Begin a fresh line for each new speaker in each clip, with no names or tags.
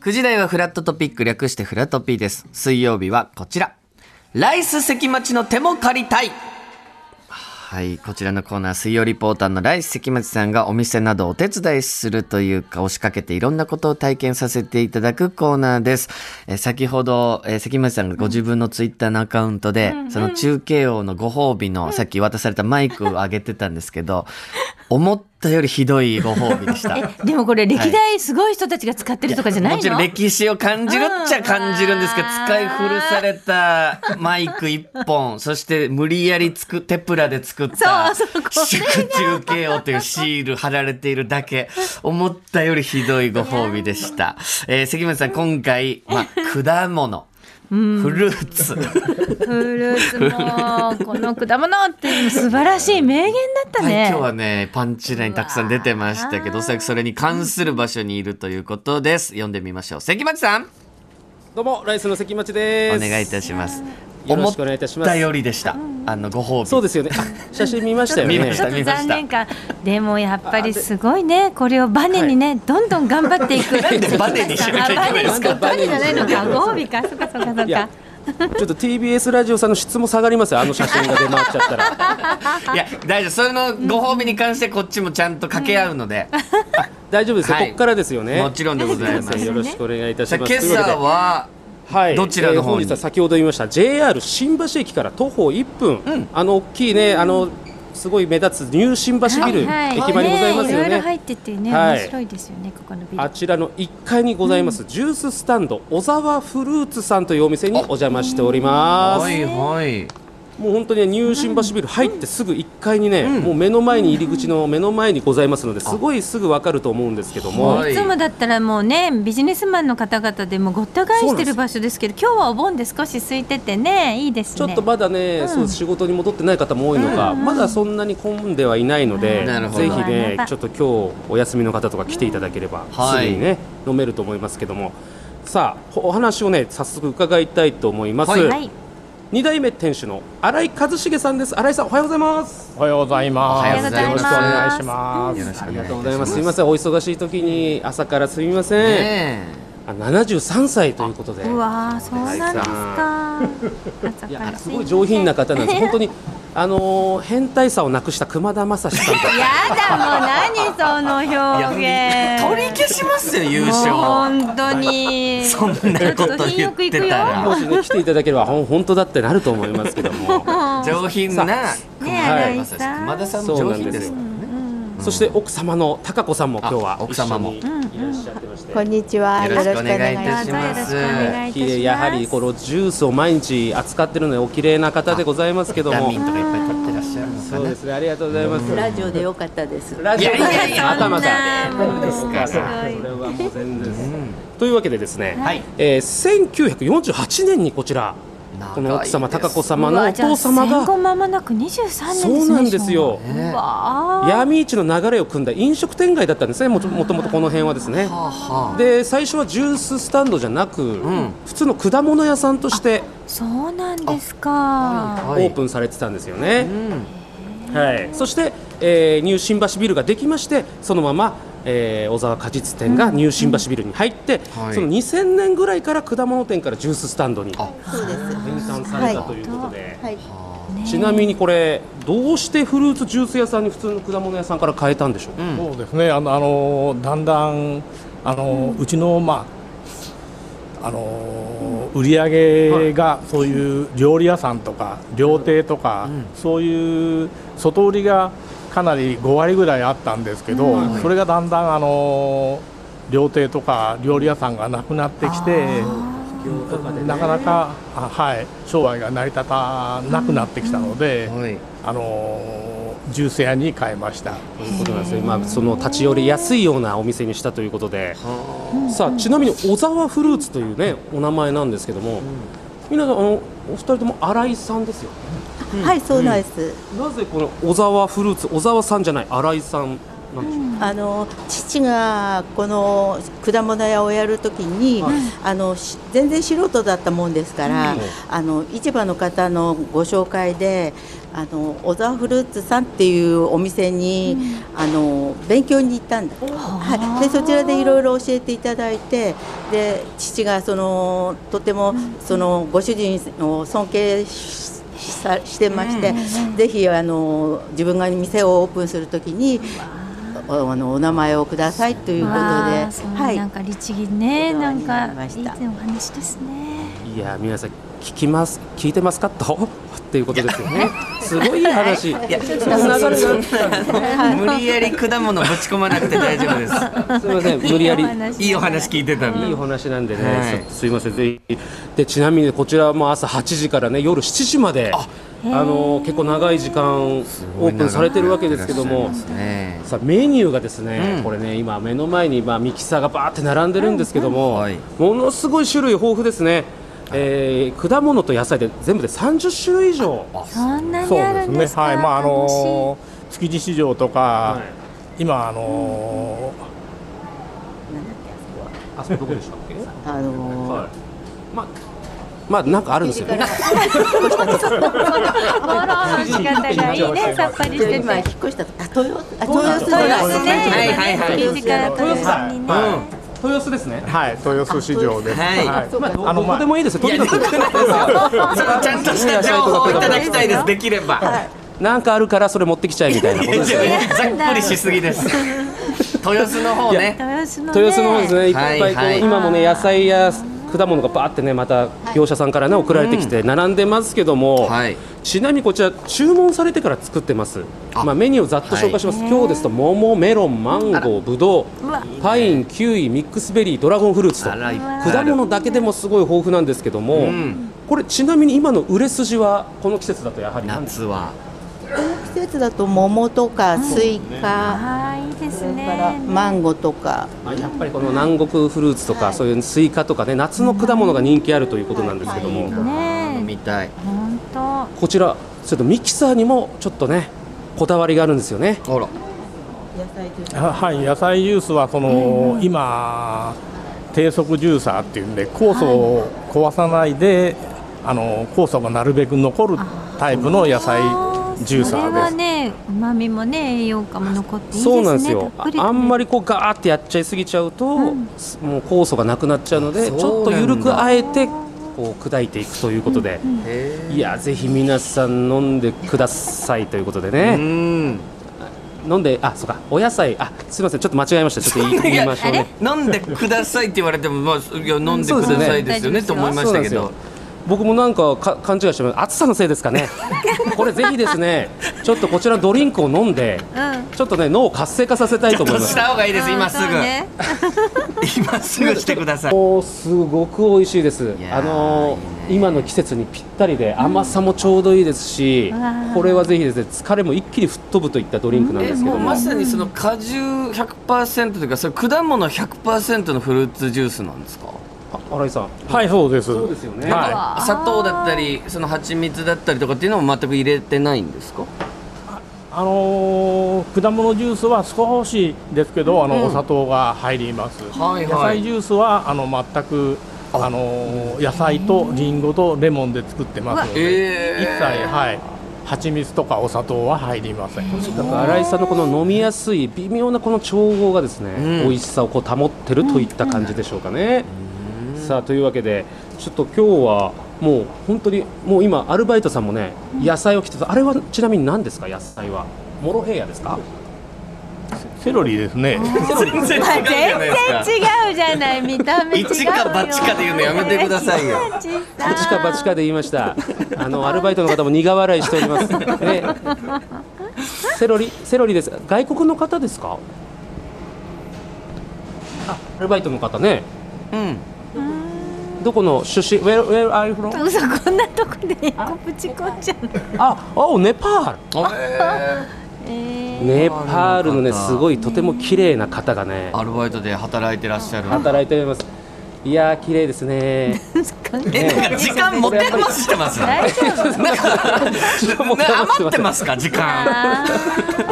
9時台はフラットトピック略してフラトピーです。水曜日はこちら。ライス関町の手も借りたいはい、こちらのコーナー、水曜リポーターのライス関町さんがお店などお手伝いするというか、押しかけていろんなことを体験させていただくコーナーです。えー先ほど、えー関町さんがご自分のツイッターのアカウントで、その中継王のご褒美の、さっき渡されたマイクを上げてたんですけど、思ったよりひどいご褒美でした。
でもこれ歴代すごい人たちが使ってるとかじゃないの、
もちろん歴史を感じるっちゃ感じるんですけど、
うん
使い古されたマイク一本、 そして無理やりつく、テプラで作った、
そう
祝
そうこ
中慶応というシール貼られているだけ、思ったよりひどいご褒美でした。えー、関町さん、今回、まあ、果物、フルーツ、
フルーツもこの果物って素晴らしい名言だった
はい、
ね。
今日はね、パンチラインたくさん出てましたけど、おそらくそれに関する場所にいるということです。読んでみましょう。関町さん、
どうもライスの関町で
お
す。
願いいたします。
よろしくお願いいたします
思ったよりでした。あのご褒美。
そうですよね。あ写真見ましたよ ね。
見まし
ちょっと残念か。でもやっぱりすごいね。これをバネにね、どんどん頑張っていく。
なんでバネにしなきゃいけ
あ
ない
バネしか
なんでバ
バ
ネ
ネ
に
じゃないの
しなきゃ
か。
いけない
ご褒美か。そうかそうかそう
い
か。
やちょっと TBS ラジオさんの質も下がりますよ。あの写真が出回っちゃったら。
いや大丈夫。それのご褒美に関してこっちもちゃんと掛け合うので、
大丈夫ですよ。
はい
ここからですよね。
もちろんでございます
すませんよろしくお願いいたし
さあ
ます。
今
ということ
朝
で
は
はい、
どちらの方に
えー本日は先ほど言いました JR 新橋駅から徒歩1分、あの大きいね、あのすごい目立つニュー新橋ビル、
はい
駅前にございま
ね
すよ
いろいろ
ね。
入っててね、
はい
面白いですよね。ここのビル
あ。ちらの1階にございます、ジューススタンド小沢フルーツさんというお店にお邪魔しております。
はいはい。
もう本当にねニュー新橋ビル入ってすぐ1階にね、もう目の前に入り口の目の前にございますのですごいすぐわかると思うんですけども、
はい
いつもだったらもうねビジネスマンの方々でもごった返してる場所ですけど今日はお盆で少し空いててねいいですね
ちょっとまだね、
ん
そう仕事に戻ってない方も多いのか、まだそんなに混んではいないので、
なるほど
ぜひね
まだ
ちょっと今日お休みの方とか来ていただければ、
はい
すぐにね飲めると思いますけどもさあお話をね早速伺いたいと思います、
は
二
はい
代目店主の新井一茂さんです新井さんおはようございます
おはようございます。
おはようございます
よろしくお願いします。
よろしくお願いします
ありがとうご
ご
ざ
ざ
い
い
ま。
ますすすみませんお忙しい時に朝からすみません、
ね
あ73歳ということで
うわーそうなんですか朝
い
から
やすごい上品な方なんです本当
に
にあのー変態さをなくした熊田正史さんと か
やだもう何その
えい
表
や
現
取り消しますよ優
もう
勝。
本当に
そんなこと
ち
言
ょっ
っ
と品
てた
も
ら
しね来ていただければほん本当だってなると思いますけども
上品な熊
ね
田
え新井
正史
さん
熊田さんも上品ですからね。
そして奥様の高子さんも今日は
あ奥様も
一緒にいらっしゃってまして、
こんにちは。
よろしくお願いいたし
どうぞよ
ま
ろし
す
くお願いいたします
やはりこのジュースを毎日扱ってるのでお綺麗な方でございますけど
ダ
も
ミンとかいっぱい取ってらっしゃるのか
そう
な
で。すねありがとうございます
ラジオでよかったです。
ラジオ
いやいやいや
頭さん
そんなもう
ですか
それはもう全然ですというわけでですね、
はい
えー、1948年にこちらこの奥様
長いで
高
す
子様のお父様
うわじゃあ戦後
が
間もなく23年ですね
そうなんですよ
昭和うわー
闇市の流れを組んだ飲食店街だったんですねもともともとこの辺はですね
はあはあ
で最初はジューススタンドじゃなく、
ん
普通の果物屋さんとして
そうなんですか
オ
はい
ープンされてたんですよね、
うん
はい、そして、えーニュー新橋ビルができましてそのまま、えー小沢果実店がニュー新橋ビルに入って、
はい
その2000年ぐらいから果物店からジューススタンドに
あ
転
そうです。
換されたということで、
はい。
ちなみにこれどうしてフルーツジュース屋さんに普通の果物屋さんから変えたんでしょうか、
そうですね。あの、あのだんだん、あの、うちの、まあ。あの、売り上げが、そういう料理屋さんとか、料亭とか、そういう外売りが。かなり5割ぐらいあったんですけど、それがだんだん、あの。料亭とか料理屋さんがなくなってきて。なかなか、あはい、商売が成り立たなくなってきたので、
はい
あのージュース屋に変えました。
ということなんですね、まあ、その立ち寄りやすいようなお店にしたということで、さあちなみに小沢フルーツという、ね、お名前なんですけども、みんなあのお二人とも新井さんですよね
はい、そうなんです。
なぜこの小沢フルーツ小沢さんじゃない新井さん
あの父がこの果物屋をやるときに、あのし全然素人だったもんですから、あの市場の方のご紹介であの小沢フルーツさんっていうお店に、あの勉強に行ったんだ、はい、でそちらでいろいろ教えていただいてで父がそのとてもそのご主人を尊敬しさしてまして、ぜひあの自分が店をオープンするときにおあのお名前をくださいということで、
わあそんな
はい、
なんか律儀ね、なんか
ありま
いい
した
お話ですね。
いや皆さん聞きます聞いてますかとっていうことですよね。すごいいい話。
いや、
その流れが
そんなあの無理やり果物ぶち込まなくて大丈夫 です。
すみません無理やり。
いいお話聞いてたん
いい
で。
お話なんでね、
はい
ちょっとすいません、ぜひでちなみにこちらも朝8時から、ね、夜7時まであの結構長い時間オープンされてるわけですけども、
ね
さあメニューがですね、
うん
これね、今、目の前に、まあ、ミキサーがバーって並んでるんですけども、
はい
ものすごい種類豊富ですね、えー果物と野菜で全部で30種類以上。
そんな
そう
にあるん
で
ですす
ね。
か。
はい、まああ
楽しい
の築地市場とか、
はい
今あのー
あそこどこでしたっけ、
あの
はいまあまあ、なんかあるんですよね。
あらの仕方がいいね、さっぱりし
で
て。
今引って越したとあ豊洲あ豊
そうです
洲だ
ね。
はいはいはい
築地から豊洲に
う
ね。
ん
は
豊洲ですね。
はい、豊洲市場です。
はい
まあ、ど
あの
どこでもいいですよ。とにかく
そのちゃんとした情報をいただきたいです。できれば。
なんかあるからそれ持ってきちゃえみたいなことですよね。
ざっくりしすぎです。豊洲の方ね。
豊洲のね。
豊洲の方ですね、いっぱいこう、
はいはい
今もね野菜や果物がバーってねまた業者さんからね送られてきて並んでますけども、
はい
ちなみにこちら注文されてから作ってます。
あ
まあメニューをざっと紹介します。今日ですと桃、メロン、マンゴー、ブドウ
うわ、
パイン、キウイ、ミックスベリー、ドラゴンフルーツと。
あらいっぱいあ
果
る。
物だけでもすごい豊富なんですけども、
ん
これちなみに今の売れ筋はこの季節だとやはり何ですか
夏は。
季節だと桃とかスイカ、
あーいいです
それか
ね
ら。マンゴーとか、
まあやっぱりこの南国フルーツとか、そういうスイカとかね夏の果物が人気あるということなんですけども、
飲み
ね
たい。
本当。
こちらちょっとミキサーにもちょっとねこだわりがあるんですよね
ほら。
ははい、野菜ジュースはその、今低速ジューサーっていうんで酵素を壊さないで、あの酵素がなるべく残るタイプの野菜ジューサ
それは
ーで
ね、旨味もね、栄養価も残っていいですね。
そうなんですよ
たっぷりとね
ああんまりこうガーってやっちゃいすぎちゃうと、すもう酵素がなくなっちゃうのでち
そうなんだ
ょっと緩くあえてこう砕いていくということで、いやぜひ皆さん飲んでくださいということで
う
ね、
ん。
飲んであそうかお野菜あすいませんちょっと間違えましたち ょっと言い言いましょうね
飲んでくださいって言われても、まあ、いや飲んでくださいですよねと思いま
そ
し
うなん
た
で
け
すよ
ど。
僕もなんかか勘違いしてます暑さのせいです かねこれぜひですねちょっとこちらのドリンクを飲んで、ちょっとね脳を活性化させたいと思いま
し
す
た方がいいです、今す
あーそうね
ぐ。今すぐしてください。
おーすごく美味しいです
いやー
あのー
いいね
今の季節にぴったりで甘さもちょうどいいですし、
うわー
これはぜひですね疲れも一気に吹っ飛ぶといったドリンクなん
え
ですけ
も
ど
う
も、
まさにその果汁100%というかそれ果物100%のフルーツジュースなんですか
あ新井さん
す。はい、そうです。
そうですよね
なん
は
か砂糖だったりその蜂蜜だったりとかっていうのも全く入れてないんですか
い、あのー果物ジュースは少しですけど、あのお砂糖が入ります。
はい
野
は
菜ジ
い
ュースはあの全くあの野菜とリンゴとレモンで作ってますの
う
で、
わ
一切はい蜂蜜とかお砂糖は入りません。
だから新井さんのこの飲みやすい微妙なこの調合がですね、
うん
美味しさをこう保ってるといった感じでしょうかね。さあというわけでちょっと今日はもう本当にもう今アルバイトさんもね野菜を切ってたあれはちなみに何ですか野菜はモロヘイヤですか
セロリですね。
全然違うじ
全
ゃない
然
ですか
違うじゃない見た目違うよ
一か八かで言うのやめてくださいよ
バチかバチかで言いましたあのアルバイトの方も苦笑いしておりますねセロリセロリです外国の方ですかあアルバイトの方ね
うん
どこの出身 Where, where are you from?
嘘こんなとこで英語ぶち込んじゃう
あ、おネパール
え
え
ネパールのねすごいとても綺麗な方がね
ーアルバイトで働いてらっしゃる
働いておりますいやー綺麗ですね。
え、なんか時間持て余してます なんか、
大丈夫
な余ってますか、時間。
あ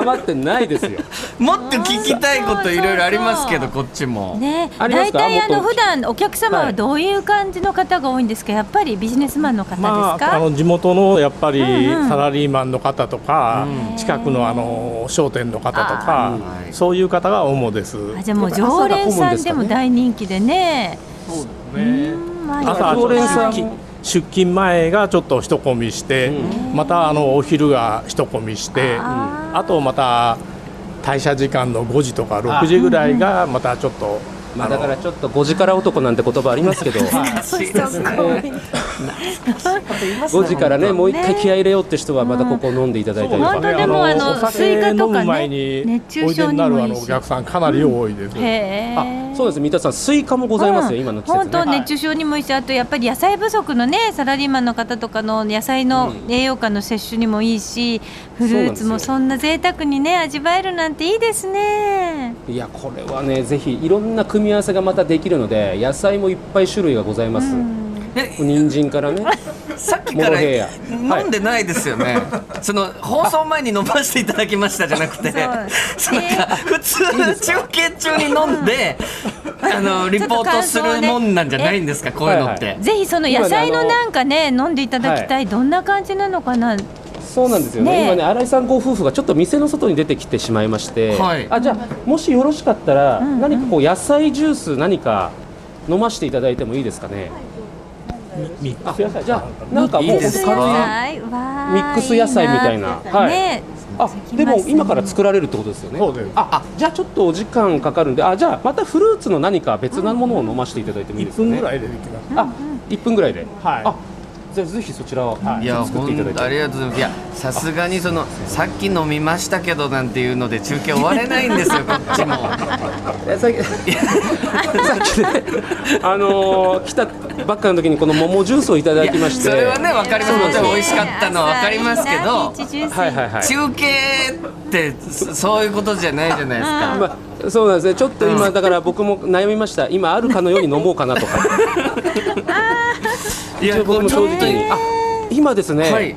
余ってないですよ。
もっと聞きたいこといろいろありますけど、こっちも
ー。ね
ありま
大
すか
体あの
もっと
普段お客様
は
はいどういう感じの方が多いんですかやっぱりビジネスマンの方です
まあ、あ
か
の地元のやっぱり
うんうん
サラリーマンの方とか、近くのあの商店の方とか
あ、ー
そういう方が主です。
あじゃあもう常連さんでも大人気でねうんまあ
朝
常連さん
出勤出勤前がちょっと人混みして、またあのお昼が人混みして、
あ
あとまた退社時間の5時とか6時ぐらいがまたちょっと。
まあだからちょっと5時から男なんて言葉ありますけ ど、5時からねもう一回気合い入れようって人はまたここ飲んでいただいたりと
本
か
当
ね。
でもあの
お酒
スイカとかね
飲む前に
熱中症にもいいし
おいでなるあのお客さんかなり多いです。
へえ
あそうです三田さんスイカもございますよ今の季節
本当
ね。
熱中症にもいいし、あとやっぱり野菜不足のねサラリーマンの方とかの野菜の栄養価の摂取にもいいし、フルーツも
そ
そんな贅沢にね味わえるなんていいですね。
いやこれはねぜひいろんな組み合わせがまたできるので野菜もいっぱい種類がございます。
え
人参からね。
さっきから
モロヘイヤ
飲んでないですよね、その放送前に飲ませていただきましたじゃなくて
そう
なんか普通中継中に飲んであのリポートするもんなんじゃないんですか、こういうのって、
はいは
ぜひその野菜のなんかね飲んでいただきたい、
は
どんな感じなのかな。
そうなんですよね
ねえ
今ね新井さんご夫婦がちょっと店の外に出てきてしまいまして、
はい
あじゃあもしよろしかったら、何かこう野菜ジュース何か飲ませていただいてもいいですかね、
ミッ
あ
クス野菜
じゃあなんかもう
いいですか
軽い
わあ
ミックス野菜みたいなはい
ね
あでも今から作られるってことですよね
そうです
ああじゃあちょっとお時間かかるんであじゃあまたフルーツの何か別なものを飲ませていただいてもいいで
1
すかね
分ぐら
い
いでできます。
あ一分ぐらいでは
はい
あじゃあぜひそちらを、
いや
作っ
本
ていただいて
当ありがとうございますいやさすがにそのさっき飲みましたけどなんていうので中継終われないんです よこっちも
えさっきさっきね、 あのー来たばっかの時にこの桃ジュースをいただきまして
それはね分かりますもちろん美味しかったのは分かりますけど
朝いいなピーチジュース
はいはいはい
中継ってそそういうことじゃないじゃないですか
まあ、そうなんですねちょっと今だから僕も悩みました今あるかのように飲もうかなとか
いや、
僕
こう
も
ち
正
ょっと
直にあ今ですね、
はい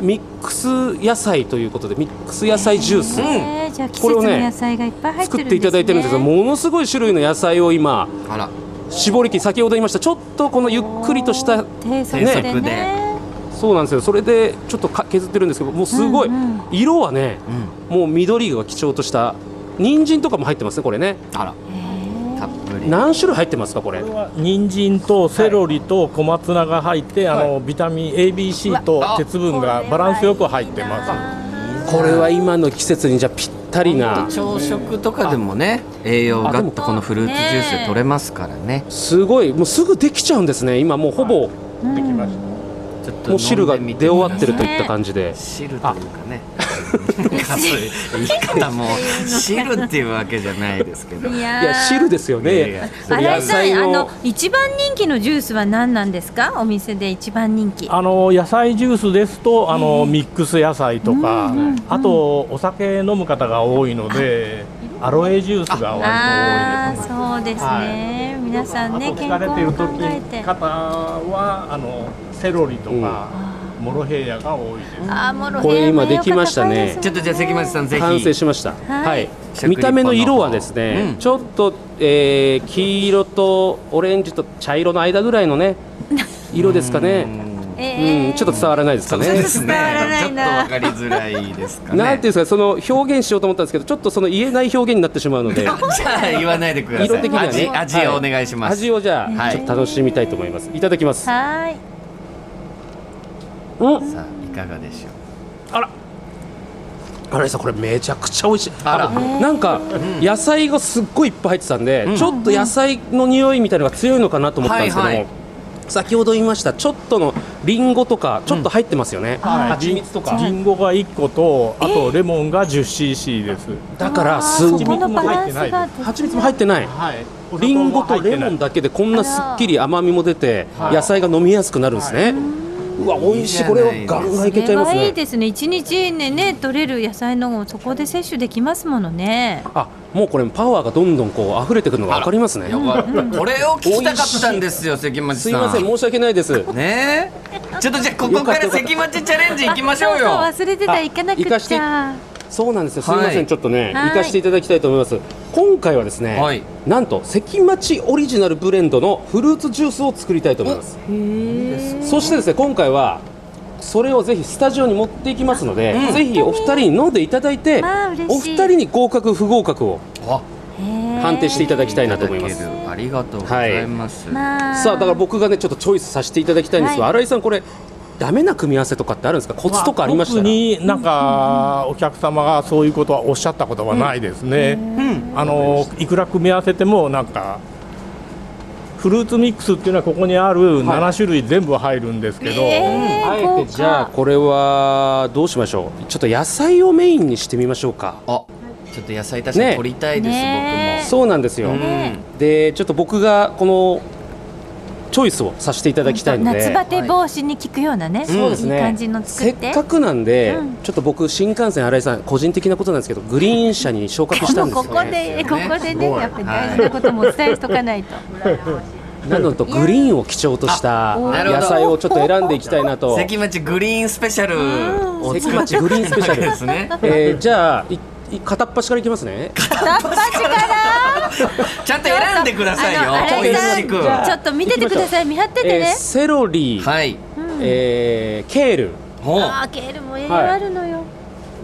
ミックス野菜ということでミックス野菜ジュース、
ねじゃあ季
こ
節
れを
の
ね
野菜がいっぱい入って
作
る
っ
んですね。
ていただいてるんですが、ものすごい種類の野菜を今
あら、
絞り器先ほど言いましたちょっとこのゆっくりとした
低速で
低速で
ね。
そうなんですよそれでちょっとか削ってるんですけどもうすごい、
うん
色はね、もう緑が基調とした人参とかも入ってますねこれね
あら、たっぷり。
何種類入ってますかこれ
これは人参とセロリと小松菜が入って、あのビタミン ABC と鉄分がバランスよく入ってます。
これは今の季節にじゃあぴったりな
朝食とかでもね、栄養が
あでも
このフルーツジュースで取れますからね。
すごいもうすぐできちゃうんですね今もうほぼ
できました。
ちょっと
もう汁が
飲んで
出
みて
終わってるといった感じで
汁というかね。なんかそういう言い方も汁っていうわけじゃないですけど。
いや
いや汁ですよ
いやいや
ね
新井さん、あの
の
一番人気のジュースは何なんですか？お店で一番人気。
あの野菜ジュースですとあのミックス野菜とか、あとお酒飲む方が多いのでアロエジュースが割と多い
あ
で
あ、
すね。
そうですね。皆さん
あ
ね、
と
健
疲
康
れてる
を
時
考えて。
方はあのセロリとか、モロヘイヤが多いです。
ああ、もろ
これ今できましたね
ちょっとじゃあ関町さんぜ
完成
ひ。
しました
は
はいい
食リポの方
見た目の色はですね、
うん
ちょっと、えー黄色とオレンジと茶色の間ぐらいのね色ですかね
え
うん、
え
ちょっと伝わらないですか
そう
ね
ですね。
伝わらな
ちょ
い
っと
な
わかりづらいですかね。
なんていうんですかその表現しようと思ったんですけどちょっとその言えない表現になってしまうので
じゃあ言わないでください。
色的にはね
味味をお願いし ます。
味をじゃあ、
はい
ちょっと楽しみたいと思いますいただきます、
はーい。
うん
さあいかがでしょう。
あらあれさんこれめちゃくちゃ美味しい
あら
なんか野菜がすっごいいっぱい入ってたんで、
ん
ちょっと野菜の匂いみたいなのが強いのかなと思ったんですけども、
はいはい
先ほど言いましたちょっとのリンゴとかちょっと入ってますよね、蜂蜜とか
リンゴが1個とあとレモンが 10cc です。
だからす
あ
っ
ー
ご
そ
い
このバランス
蜂蜜も入
が
っ。
蜂蜜も入ってない
はい。
リンゴとレモンだけでこんなすっきり甘みも出て
はい
野菜が飲みやすくなるんですね、うわ美味しいこれをガンガンいけちゃいます
それはいい
ね
ですね。一日ねね取れる野菜のそこで摂取できますものね。
あもうこれパワーがどんどんこう溢れてくるのが分かりますね
よかったこれを聞きたかったんですよ関町さん
すいません申し訳ないです
ねえちょっとじゃあここから関町チャレンジいきましょうよ
あそうそう忘れてた
あ
行かなく
行かし
ち
て
ゃ
そうなんですよすい
はい
ませんちょっとね
はい
行かせていただきたいと思います今回はですね
はい
なんと関町オリジナルブレンドのフルーツジュースを作りたいと思いますそしてですね今回はそれをぜひスタジオに持っていきますので、
うん
ぜひお二人に飲んでいただいて、
まあ嬉しい
お二人に合格不合格を
あ
判定していただきたい
い
な
た
と
だ
思いま
け
す、
るありがとうございます、
まあ
さあだから僕がねちょっとチョイスさせていただきたいんですが、
はい
新井さんこれダメな組み合わせとかってあるんですかコツとかありました
特
ら、
になんかお客様がそういうことはおっしゃったことはないですね、あのいくら組み合わせてもなんかフルーツミックスっていうのはここにある
はい
7種類全部入るんですけど、
えー
あえてじゃあこれはどうしましょうちょっと野菜をメインにしてみましょうか
あちょっと野菜確かに取りたいです、
ね
そうなんですよ、
僕も、
ね
でちょっと僕がこのチョイスをさせていただきたいので
夏バテ防止に効くようなね、い、
そうですね
い感じの作
せ
っ
ってかくなんで、
うん
ちょっと僕新幹線新井さん個人的なことなんですけどグリーン車に昇格したんです
こ
よ、
こ
ね、
で、
す
こ
ごい
こですね
ごい
やっぱり大事なこともお伝えしとかないと、
なのとグリーンを基調とした
なるほど
野菜をちょっと選んでいきたい なと、
関町グリーンスペシャルを作
関町グリーンスペシャル
ですね
えーじゃあいい片っ端からいきますね
片っ端から
ちゃんと選んでください
あの
よ
新
美
井
味しく
さんちょっと見ててください見張ってて
えー
ね、
セロリ、
はい
えーケール
ほう
あーケールも栄養あるのよ、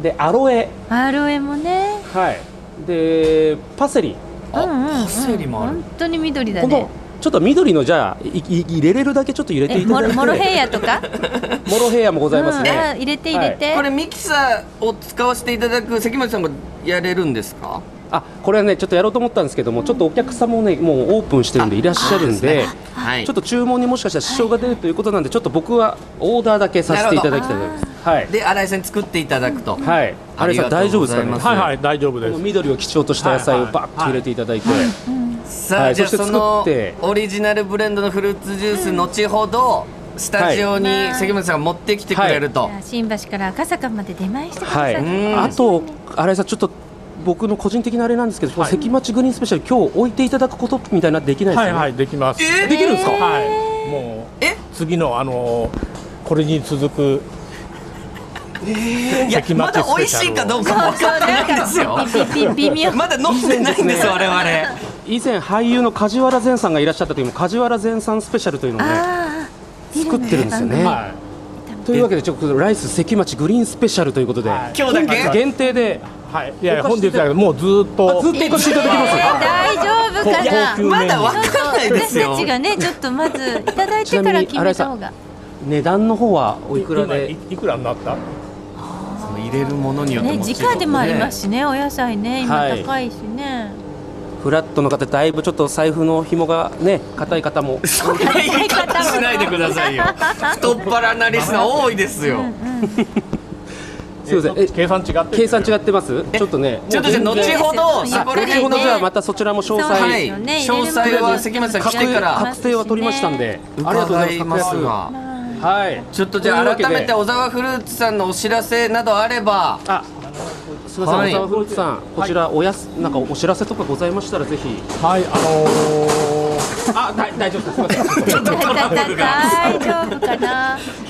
でアロエ、
ROA もね
はい、でパセリ
あ
うんうんうん
パセリもある
本当に緑だ
この
ね
ちょっと緑のじゃあいい入れれるだけちょっと入れて
え
いた
モ
だい
ロ
て
モロヘイヤとか
モロヘイヤもございますね、
うんあー入れて入れて、
これミキサーを使わせていただく関町さんがやれるんですか
あこれはねちょっとやろうと思ったんですけどもちょっとお客様もねもうオープンしてるんでいらっしゃるんで
はい
ちょっと注文にもしかしたら支障が出るということなんでちょっと僕はオーダーだけさせていただきたいと思いますはい
で新井さんに作っていただくと
はい
あ
あ
り
れ
が
さ
と
ん
う
大丈夫ですか
ござい
ね
ます
はいはい大丈夫
こ
で
の
す
緑を基調とした野菜をバッと入れていただいて
さ
は
あ
い
じゃあ
そして
その
作って
オリジナルブレンドのフルーツジュース後ほどスタジオに
はい
関町さんが持ってきてくれると
じゃあ新橋から赤坂まで出前してくださ、
はいい
うん
あと新井さんちょっと僕の個人的なあれなんですけど、関町グリーンスペシャル今日置いていただくことみたいなできないです
は
よ
い
ね、
はいできます、
えー
できるんですか、
はいもう
え
次のあのこれに続く
いや
関
まだ
町スペシャルを
美味しいかどうかも分かってないんですよ
ピピ微妙
まだ飲んでないんですよ我々
以前俳優の梶原善さんがいらっしゃった時も梶原善さんスペシャルというのをね
あー
作ってるんですよね。というわけでちょっとライス関町グリーンスペシャルということで、
はい
今日だけ
限定で
はいいやいや本日はもうずーっと
ずっとお貸しいただきま
えー
す。
大丈夫
高
かな
高級メニュー
まだ分かんないです
私
よ
たちがねちょっとまずいただいてから決めた方が
値段の方はおいくらで？
今いいくらになった
入れるものによって
ね
も
時価でもありますしねお野菜ね今
はい
高いしね、
フラットの方だいぶちょっと財布の紐がね硬い方も。
そんな言い方 しないでくださいよ太っ腹なリスナー多いですよ
すいませんえ
計算違って
計算違ってます？ちょっとね。
ちょっとじゃあ
もう
後
全然
ほど
い
そ
や
こら
後
辺
ほ
の
どじゃあまたそちらも詳
そう
は
で
い
す
細
よね
詳細は関町さん来てから
確定は取りましたんで。ありがとうござ
伺
い
い
ま。
ますすが
はい。
ちょっとじゃ
という
あ
わけで
改めて小沢フルーツさんのお知らせなどあれば
あ、すみません、
はい
小沢フルーツさん、こちらおやす、なんかお知らせとかございましたらぜひ。
はい
あ、
あ
だ大丈夫です。すみません。
だだだ大丈夫かな
のー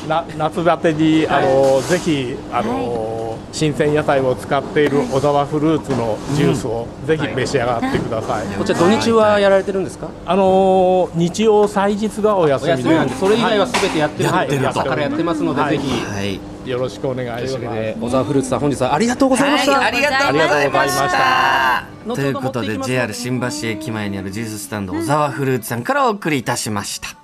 な夏バテに、あのーぜひ、あのー新鮮野菜を使っている小沢フルーツのジュースを、ぜひ召し上がってください、
こちら土日はやられてるんですか？
あのー日曜祭日がお
お
休み
休
で
みなんで、それ以外はすべてやってる
はい
ので、朝からやってますので、
はい
ぜひ。
はい
よろしくお願い
という
し
わけ
ます、
で、小沢フルーツさん、本日はありがとうございました。
はい、ありがとうございましたということで JR 新橋駅前にあるジューススタンド小沢フルーツさんからお送りいたしました